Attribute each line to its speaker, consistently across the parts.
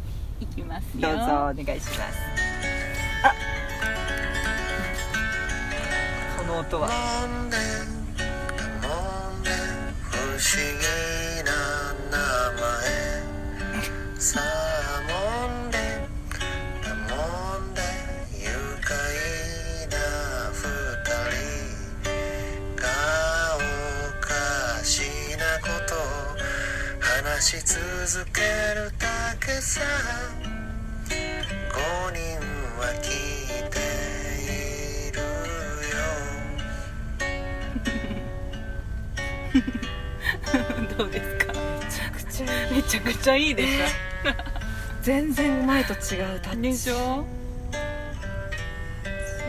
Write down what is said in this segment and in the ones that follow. Speaker 1: どうぞお
Speaker 2: ますよ
Speaker 1: 願いしますあこの音は
Speaker 3: なんでなんで不思議な名前さあもんでもんで愉快な二人がおかしなことを話し続けるだけさ5人は聞いているよ
Speaker 1: どうですか
Speaker 2: 口も
Speaker 1: めちゃくちゃいいでし
Speaker 2: 全然前と違うタ
Speaker 1: ょ
Speaker 2: ッ
Speaker 1: で
Speaker 2: チ
Speaker 1: しょ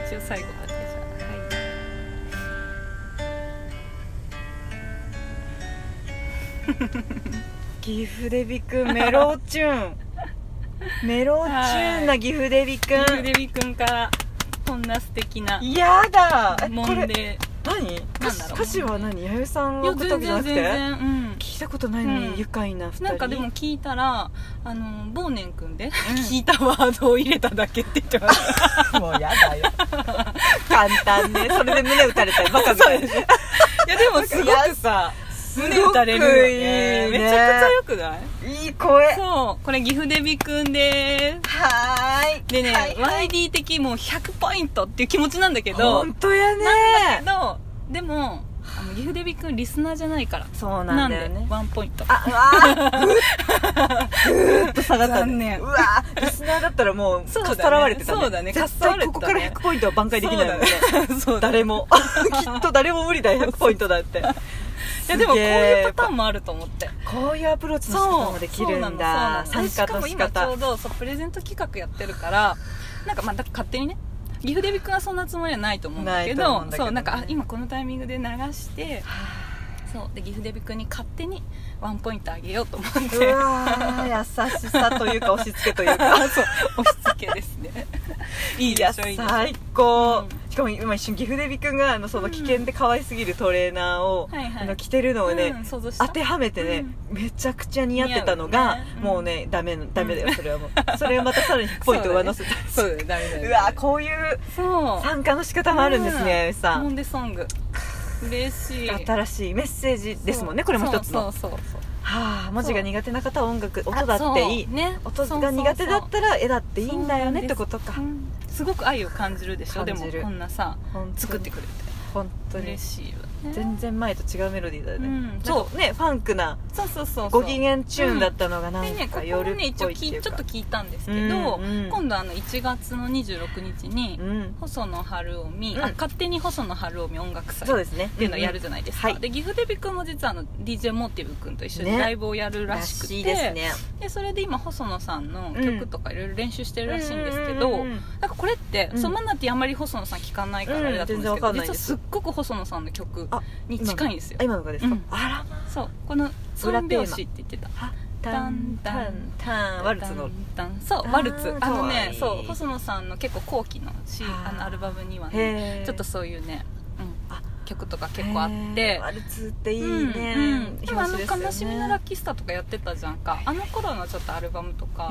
Speaker 1: 一応最後までじゃ
Speaker 2: はい岐阜デビくんメロ チューンメロチューンな岐阜デビく
Speaker 1: あゆうんでみくんからこんな素敵な
Speaker 2: やだえ
Speaker 1: も
Speaker 2: こ
Speaker 1: ん
Speaker 2: れ
Speaker 1: で
Speaker 2: 何歌
Speaker 1: なんだろう
Speaker 2: 詞歌詞は何弥生さ
Speaker 1: い
Speaker 2: んが
Speaker 1: や
Speaker 2: 送った
Speaker 1: 全
Speaker 2: わけじゃ
Speaker 1: 然
Speaker 2: なく
Speaker 1: 全
Speaker 2: て
Speaker 1: 然うん
Speaker 2: 聞いたことないの
Speaker 1: うん
Speaker 2: に愉快な二人
Speaker 1: なんかでも聞いたらあの忘年くんで、聞いたワードを入れただけって言ってました
Speaker 2: もうやだ よ
Speaker 1: 簡
Speaker 2: 単ねそれで胸打たれたりバ カみたいな
Speaker 1: いやでもすごくさ胸打たれるよね
Speaker 2: すごくいいね
Speaker 1: めちゃくちゃよくない
Speaker 2: いい声は
Speaker 1: そうこれ岐阜デビくんです
Speaker 2: ーい
Speaker 1: でね、
Speaker 2: はいはい
Speaker 1: YD 的もう100ポイントっていう気持ちなんだけど
Speaker 2: 本当やね
Speaker 1: どうでもあの岐阜デビくんリスナーじゃないから
Speaker 2: そう
Speaker 1: な
Speaker 2: な
Speaker 1: ん
Speaker 2: んだよ
Speaker 1: で
Speaker 2: ね
Speaker 1: ワンポイント
Speaker 2: あ、うわーぐーっと下がった
Speaker 1: 残念
Speaker 2: うわーリスナーだったらもう
Speaker 1: そうだね
Speaker 2: かっさらわれてたね
Speaker 1: そうだね
Speaker 2: 絶対
Speaker 1: かっさらわれてたね
Speaker 2: ここから100ポイントは挽回できないもんね
Speaker 1: そうだねそうだね
Speaker 2: 誰もきっと誰も無理だよ100ポイントだって
Speaker 1: いやでもこういうパター
Speaker 2: ン
Speaker 1: ンもあると思って
Speaker 2: こういうアプローチの仕方もできるんだ
Speaker 1: そうなの
Speaker 2: 参
Speaker 1: そうなの
Speaker 2: 加
Speaker 1: でしか
Speaker 2: の
Speaker 1: も
Speaker 2: 仕
Speaker 1: 今ち
Speaker 2: 方
Speaker 1: ょうどそうプレゼント企画やってるからなんかまあだから勝手にね岐阜デビ君はそんなつもりはないと思うんだけ
Speaker 2: ないと思
Speaker 1: ど
Speaker 2: うんだけどね
Speaker 1: そうなんかあ今このタイミングで流してそうで岐阜デビ君に勝手にワンポイントあげようと思って
Speaker 2: うわー優しさというか押し付けというか
Speaker 1: 押し付けですねいいで
Speaker 2: や
Speaker 1: しょいいでしょ
Speaker 2: 最高、
Speaker 1: う
Speaker 2: しかも今一瞬岐阜デビ君があのその危険で可愛すぎるトレーナーを、
Speaker 1: はいはい
Speaker 2: あの着てるのをね、
Speaker 1: うん想像した
Speaker 2: 当てはめてね、めちゃくちゃ似合ってたの
Speaker 1: 似合う
Speaker 2: が、
Speaker 1: ねうん
Speaker 2: もうねダメダメだよそれはもうそれをまたさらに100ポイント上乗せた
Speaker 1: そうだねダメだよ
Speaker 2: うわこういう
Speaker 1: そう
Speaker 2: 参加の仕方もあるんですね、うさ
Speaker 1: モン
Speaker 2: ん
Speaker 1: デソング嬉しい
Speaker 2: 新しいメッセージですもんねこれも一つの
Speaker 1: そうそうそうそう
Speaker 2: はあ文字が苦手な方は音楽音
Speaker 1: あ
Speaker 2: だっていい
Speaker 1: そうね
Speaker 2: 音が苦手
Speaker 1: そ
Speaker 2: だ
Speaker 1: うそうそう
Speaker 2: ったら絵だっていいんだよねっ
Speaker 1: そうな
Speaker 2: てこ
Speaker 1: ん
Speaker 2: とか
Speaker 1: うんすごく愛を感じるでしょで
Speaker 2: 感
Speaker 1: も
Speaker 2: じる
Speaker 1: こんなさ
Speaker 2: 本当に
Speaker 1: 作ってくれて
Speaker 2: 本当に
Speaker 1: 嬉しいわね
Speaker 2: 全然前と違うメロディーだよね、
Speaker 1: うん
Speaker 2: そうねファンクな
Speaker 1: そうそうそうそう
Speaker 2: ご機嫌チューンだったのがな
Speaker 1: で
Speaker 2: ん
Speaker 1: ねこ
Speaker 2: か
Speaker 1: こ
Speaker 2: 夜
Speaker 1: も
Speaker 2: っ
Speaker 1: ね一
Speaker 2: ぽ
Speaker 1: 応
Speaker 2: いって
Speaker 1: 聞
Speaker 2: い
Speaker 1: いうちょっと
Speaker 2: か
Speaker 1: 聞いたんですけど
Speaker 2: うんうん
Speaker 1: 今度あの1月の26日に
Speaker 2: うん
Speaker 1: 細野晴臣
Speaker 2: うん
Speaker 1: あ勝手に細野晴臣音楽祭
Speaker 2: そうですね
Speaker 1: っていうのをやるじゃないですか、
Speaker 2: はい
Speaker 1: で岐阜デビ君も実はあの DJ モーティブ君と一緒に
Speaker 2: ね
Speaker 1: ライブをやるらしくて、
Speaker 2: いですね
Speaker 1: でそれで今細野さんの曲とかいろいろ練習してるらしいんですけど、
Speaker 2: うんうんうんうん
Speaker 1: なんかこれって、
Speaker 2: うん
Speaker 1: そのマナティーあんまり細野さん聞かないからあれだと思うんですけど、
Speaker 2: うん全然わかんな
Speaker 1: 実
Speaker 2: いで
Speaker 1: は
Speaker 2: す
Speaker 1: すっごく細野さんの曲に近いんですよ
Speaker 2: あ今のがですか、
Speaker 1: うん
Speaker 2: あらま
Speaker 1: そうこの
Speaker 2: 裏
Speaker 1: 三
Speaker 2: テーマ
Speaker 1: 拍子って言ってた
Speaker 2: あタンタンタンワルツの
Speaker 1: タンタンそう
Speaker 2: あー
Speaker 1: ワルツあの
Speaker 2: かわい
Speaker 1: ね
Speaker 2: い
Speaker 1: そう細野さんの結構後期のシ
Speaker 2: はあ
Speaker 1: あのアルバムにはね
Speaker 2: へー
Speaker 1: ちょっとそういうね、うん
Speaker 2: あ
Speaker 1: 曲とか結構あって
Speaker 2: へーワルツっていいね、
Speaker 1: うんうん、でもあの
Speaker 2: 表紙ですよ
Speaker 1: 「
Speaker 2: ね
Speaker 1: 悲しみのラッキースター」とかやってたじゃんかあの頃のちょっとアルバムとか聞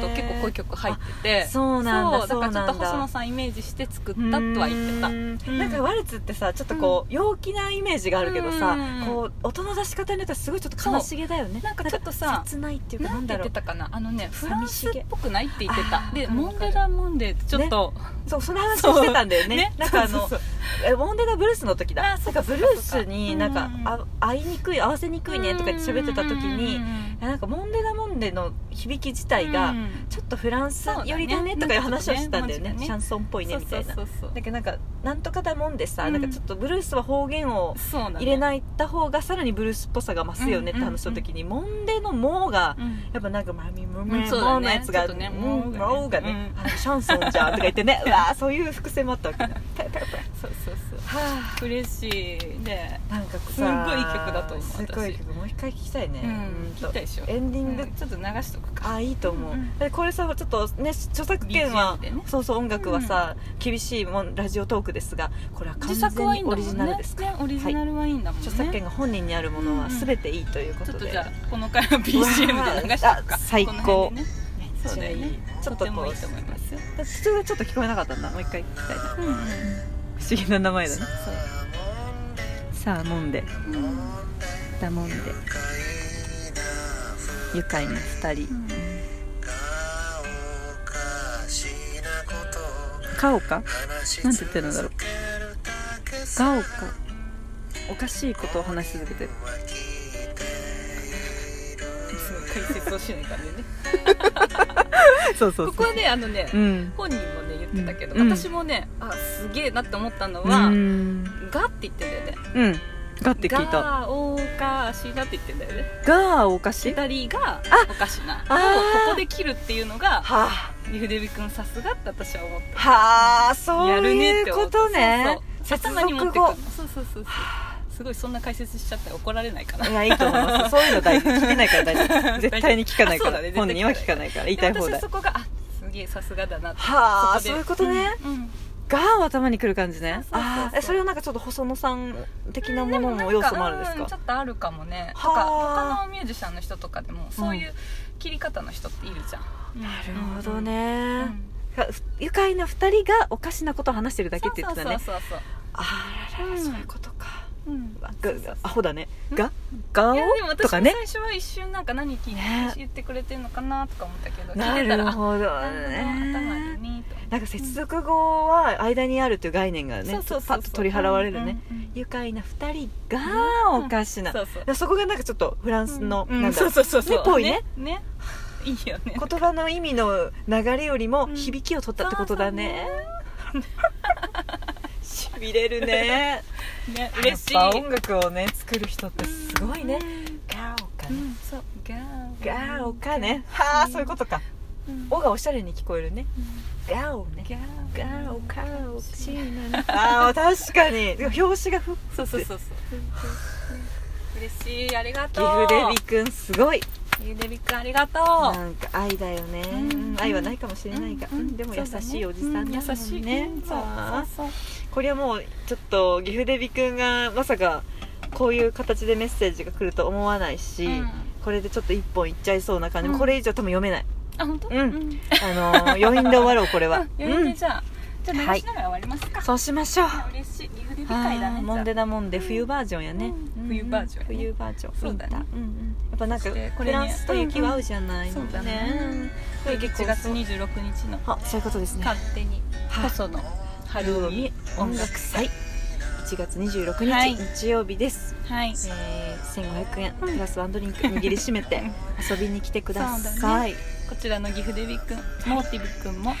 Speaker 1: くと
Speaker 2: ー
Speaker 1: 結構こういう曲入ってて
Speaker 2: あそうなんだ
Speaker 1: そうだからちょっ
Speaker 2: そうなん
Speaker 1: と
Speaker 2: だ
Speaker 1: 細野さんイメージして作ったとは言ってた
Speaker 2: うーん
Speaker 1: うん
Speaker 2: なんかワルツってさちょっとこう、陽気なイメージがあるけどさ、
Speaker 1: うん
Speaker 2: こう音の出し方によってはすごいちょっと悲しげだよね
Speaker 1: なんかちょっとさ
Speaker 2: 切ないっていうか
Speaker 1: な
Speaker 2: なんん
Speaker 1: て
Speaker 2: だ
Speaker 1: 言っ
Speaker 2: ろ
Speaker 1: てた
Speaker 2: う
Speaker 1: かなあのねフラ
Speaker 2: 寂
Speaker 1: ン
Speaker 2: し
Speaker 1: ス
Speaker 2: げ
Speaker 1: っぽくないって言って
Speaker 2: あ
Speaker 1: た
Speaker 2: ー
Speaker 1: で
Speaker 2: わかる
Speaker 1: モンデラモンデーってちょっと、
Speaker 2: そうその話してたんだよね
Speaker 1: ね
Speaker 2: なんかあの
Speaker 1: そうそう
Speaker 2: えモンデナブルースの時だ
Speaker 1: あ
Speaker 2: な
Speaker 1: そ
Speaker 2: ん
Speaker 1: うか
Speaker 2: か
Speaker 1: そ
Speaker 2: ブ
Speaker 1: う
Speaker 2: ル
Speaker 1: か
Speaker 2: ースになんか
Speaker 1: うん
Speaker 2: あ会いにくい合わせにくいねとか言って喋ってた時にいやなんかモンデナモンデの響き自体が
Speaker 1: うん
Speaker 2: ちょっとフランス寄りだね
Speaker 1: そうだね
Speaker 2: とかいう話をしてたんだよね
Speaker 1: なんかね
Speaker 2: シャンソンっぽいねみたいな
Speaker 1: そうそうそう
Speaker 2: だけどなんかなんとかだもんでさ、
Speaker 1: うん
Speaker 2: なんかちょっとブルースは方言を
Speaker 1: そうそうだね
Speaker 2: 入れないた方がさらにブルースっぽさが増すよねって話の時に、モンデの「モー」が
Speaker 1: うん
Speaker 2: やっぱなんか「マミム
Speaker 1: う
Speaker 2: メ
Speaker 1: ん
Speaker 2: モ
Speaker 1: そうだ
Speaker 2: ー」
Speaker 1: ね
Speaker 2: のやつが
Speaker 1: ち
Speaker 2: 「
Speaker 1: ょっとね
Speaker 2: うん
Speaker 1: モ
Speaker 2: モ
Speaker 1: ーがね
Speaker 2: ー」がね「あシャンソンじゃん」とか言って ねうわーそういう伏線もあったわけねペペペペ
Speaker 1: そうそうそう
Speaker 2: は
Speaker 1: 嬉しいね
Speaker 2: あなんかさ
Speaker 1: すっごいいい曲だと思う
Speaker 2: すごいいい曲もう一回聴きたいね、
Speaker 1: うん
Speaker 2: ん
Speaker 1: 聞
Speaker 2: と
Speaker 1: きたいでしょ
Speaker 2: エンディング、
Speaker 1: うんちょっと流しとくか
Speaker 2: あいいと思う、
Speaker 1: うんうん
Speaker 2: でこれさちょっとね著作権
Speaker 1: BGM
Speaker 2: は、
Speaker 1: でね
Speaker 2: そうそう音楽はさ、厳しいもんラジオトークですがこれは完
Speaker 1: 自作はいい
Speaker 2: 全
Speaker 1: んだもんね
Speaker 2: にオリジナルですから、
Speaker 1: ねオリジナルはいいんだもんね
Speaker 2: 著作権が本人にあるものは全ていいというこ
Speaker 1: ちょ
Speaker 2: と
Speaker 1: っと
Speaker 2: で、
Speaker 1: じゃあこの回は BGM で流しておく
Speaker 2: うわ
Speaker 1: か
Speaker 2: ー最高
Speaker 1: この辺でねそうだよね
Speaker 2: ちょっ
Speaker 1: と
Speaker 2: と
Speaker 1: て
Speaker 2: こ
Speaker 1: も
Speaker 2: う
Speaker 1: いいと思いますよ
Speaker 2: 途中でちょっと聞こえなかったんだもう一回聞きたいな
Speaker 1: うんうん
Speaker 2: 不思議な名前だね
Speaker 1: そう
Speaker 2: さあ飲んで
Speaker 1: うん
Speaker 2: だもんで愉快な二人カオカ
Speaker 3: な
Speaker 2: なんんて言って
Speaker 3: て言っ
Speaker 2: て
Speaker 3: る
Speaker 2: るん
Speaker 3: んだ
Speaker 2: だ
Speaker 3: ろ
Speaker 2: ろ
Speaker 3: う
Speaker 2: うガオカおかしいことを話し続けてる
Speaker 1: すごい解説をしないからね
Speaker 2: そうそ
Speaker 1: ここはねあのね、
Speaker 2: うん
Speaker 1: 本人もね言ってたけど、
Speaker 2: うん
Speaker 1: 私もねあすげえなって思ったの
Speaker 2: う
Speaker 1: は、
Speaker 2: ん
Speaker 1: ガって言ってんだよね
Speaker 2: うんガって聞いた
Speaker 1: ガーおかしなって言ってんだよね
Speaker 2: ガーおかしは
Speaker 1: 二人がおかしな
Speaker 2: あ
Speaker 1: をここで切るっていうのが
Speaker 2: あ
Speaker 1: リフデビ君さすがって私は思っ
Speaker 2: はあ
Speaker 1: た
Speaker 2: そ
Speaker 1: や
Speaker 2: う
Speaker 1: るねっ
Speaker 2: い
Speaker 1: て
Speaker 2: う
Speaker 1: 思
Speaker 2: こ
Speaker 1: った
Speaker 2: とね
Speaker 1: そうそう
Speaker 2: 接
Speaker 1: 頭に持って
Speaker 2: 続
Speaker 1: くの
Speaker 2: 語
Speaker 1: そうそうそうそうすごいそんな解説しちゃったら怒られないかない
Speaker 2: やいいと思いますそういうの大事聞けないから 大丈夫絶対に聞かないか
Speaker 1: あそうだね
Speaker 2: ら、
Speaker 1: 絶対
Speaker 2: 本人は聞かないから言いた
Speaker 1: で
Speaker 2: い放
Speaker 1: 私は
Speaker 2: 題
Speaker 1: そこがあすげえさすがだなって
Speaker 2: はあ
Speaker 1: こで
Speaker 2: そういうことね、
Speaker 1: うんうん
Speaker 2: ガーは頭にくる感じね
Speaker 1: そうそうそうそう
Speaker 2: ああーえそれはなんかちょっと細野さん的なものの要素もあるんです
Speaker 1: う
Speaker 2: か
Speaker 1: ちょっとあるかもねと
Speaker 2: は
Speaker 1: か
Speaker 2: あ
Speaker 1: 他のミュージシャンの人とかでもそういう切り方の人っているじゃん、
Speaker 2: なるほど
Speaker 1: うん、
Speaker 2: ね、がふ愉快な2人がおかしなことを話してるだけって言ってたね
Speaker 1: そうそうそう
Speaker 2: あらら
Speaker 1: う
Speaker 2: ら
Speaker 1: ん
Speaker 2: そういうことか
Speaker 1: そう、うん
Speaker 2: わががアホだね
Speaker 1: うん
Speaker 2: がガ
Speaker 1: いやでも
Speaker 2: オと
Speaker 1: 私
Speaker 2: か
Speaker 1: も
Speaker 2: ね
Speaker 1: 最初は一瞬なんか何聞いて
Speaker 2: ね
Speaker 1: 言ってくれてるのかなとか思ったけど聞
Speaker 2: ない
Speaker 1: てた
Speaker 2: る
Speaker 1: らあ
Speaker 2: ほど
Speaker 1: なるほど頭
Speaker 2: ね
Speaker 1: にねと
Speaker 2: なんか接続語は間にあるという概念がね
Speaker 1: そうそうそうそう
Speaker 2: パッと取り払われるね、
Speaker 1: うんうんうん
Speaker 2: 愉快な2人がおかしな、
Speaker 1: そうそう
Speaker 2: だからそこがなんかちょっとフランスの、
Speaker 1: うん
Speaker 2: なんだ
Speaker 1: そ
Speaker 2: ろ
Speaker 1: う
Speaker 2: う
Speaker 1: そうそうそう
Speaker 2: ねぽいね
Speaker 1: ね ねいいよね
Speaker 2: 言葉の意味の流れよりも
Speaker 1: うん
Speaker 2: 響きを取ったってことだね、しびれるね
Speaker 1: ね 嬉しい
Speaker 2: やっぱ音楽をね作る人ってすごいね、ガオか
Speaker 1: う
Speaker 2: ね、
Speaker 1: んそうガオ
Speaker 2: ガオかねはあそういうことか
Speaker 1: うん
Speaker 2: おがおしゃれに聞こえるねガオね
Speaker 1: ガオ
Speaker 2: ガオカオチーナあー確かに表紙がふっ
Speaker 1: そうそうそうそう嬉しいありが
Speaker 2: ギ
Speaker 1: と
Speaker 2: フ
Speaker 1: う
Speaker 2: デビくんすごい
Speaker 1: ギフデビ君ありがとう
Speaker 2: なんか愛だよね、
Speaker 1: うん
Speaker 2: 愛はないかもしれないが、
Speaker 1: うん
Speaker 2: うんでも優しいおじさんだもんね、
Speaker 1: 優しいねうんそうそうそう
Speaker 2: これはもうちょっとギフデビ君がまさかこういう形でメッセージが来ると思わないし、
Speaker 1: うん
Speaker 2: これでちょっと一本いっちゃいそうな感じ、
Speaker 1: うん
Speaker 2: これ以上多分読めない
Speaker 1: あ本当
Speaker 2: うんあのー余韻で終わろうこれは、
Speaker 1: うん 余韻
Speaker 2: う
Speaker 1: で
Speaker 2: ん
Speaker 1: じゃあじゃあ流しながら終わりますか
Speaker 2: そうしましょう
Speaker 1: あ嬉しいギフデビ
Speaker 2: あ
Speaker 1: 会だね
Speaker 2: ーもんで
Speaker 1: じゃ
Speaker 2: なもんで冬バージョンやね、
Speaker 1: うん
Speaker 2: うん
Speaker 1: 冬バージョンやね
Speaker 2: 冬バージョン
Speaker 1: そうだね
Speaker 2: ウィンターうんうんやっぱなんか
Speaker 1: そしてこ
Speaker 2: フ
Speaker 1: れに
Speaker 2: ランスと雪は合うじゃない
Speaker 1: うんうんそうだね
Speaker 2: うんこ
Speaker 1: あ
Speaker 2: れ結構
Speaker 1: 1月26日の
Speaker 2: あそういうことですね
Speaker 1: 勝手に
Speaker 2: はい
Speaker 1: 細野
Speaker 2: 春
Speaker 1: 春
Speaker 2: 海
Speaker 1: 海
Speaker 2: 音
Speaker 1: 音
Speaker 2: 楽
Speaker 1: 楽
Speaker 2: 祭1月26日、
Speaker 1: はい
Speaker 2: 日曜日です
Speaker 1: はい
Speaker 2: えー、1500円プラスワンドリンク握りしめて遊びに来てくだ
Speaker 1: そうだ
Speaker 2: さい、
Speaker 1: こちらのギフデビ君モーティブ君も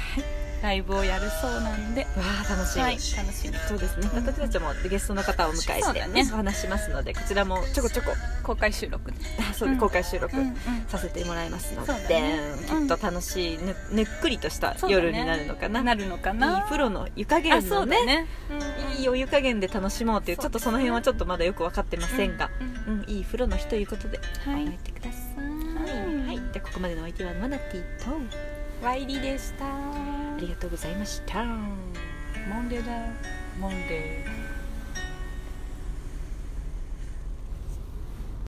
Speaker 1: ライブをやるそうなんで
Speaker 2: わあ楽しい、
Speaker 1: はい楽しみ
Speaker 2: そうですね私たちもゲストの方をお迎え
Speaker 1: そう
Speaker 2: して
Speaker 1: だね
Speaker 2: お話しますのでこちらもちょこちょこ
Speaker 1: 公開収録ね
Speaker 2: あそうで
Speaker 1: うん
Speaker 2: 公開収録
Speaker 1: うんうん
Speaker 2: させてもらいますので、
Speaker 1: そうだねうん
Speaker 2: きっと楽しいぬぬっくりとした
Speaker 1: そうだね
Speaker 2: 夜になるのかな,、
Speaker 1: なるのか
Speaker 2: いい
Speaker 1: な
Speaker 2: 風呂の湯加
Speaker 1: あ
Speaker 2: 減
Speaker 1: そ
Speaker 2: の
Speaker 1: うだ
Speaker 2: ね
Speaker 1: ね
Speaker 2: いいお湯加減で楽しもうっていうちょっとその辺はちょっとまだよく分かってませんが、
Speaker 1: うん
Speaker 2: うんいい風呂の日ということで
Speaker 1: は
Speaker 2: 考
Speaker 1: い
Speaker 2: えてください、
Speaker 1: は
Speaker 2: はいい、でここまでのお相手はマナティと
Speaker 1: ワイリでした
Speaker 2: ありがとうございました。
Speaker 1: モンデーだモンデー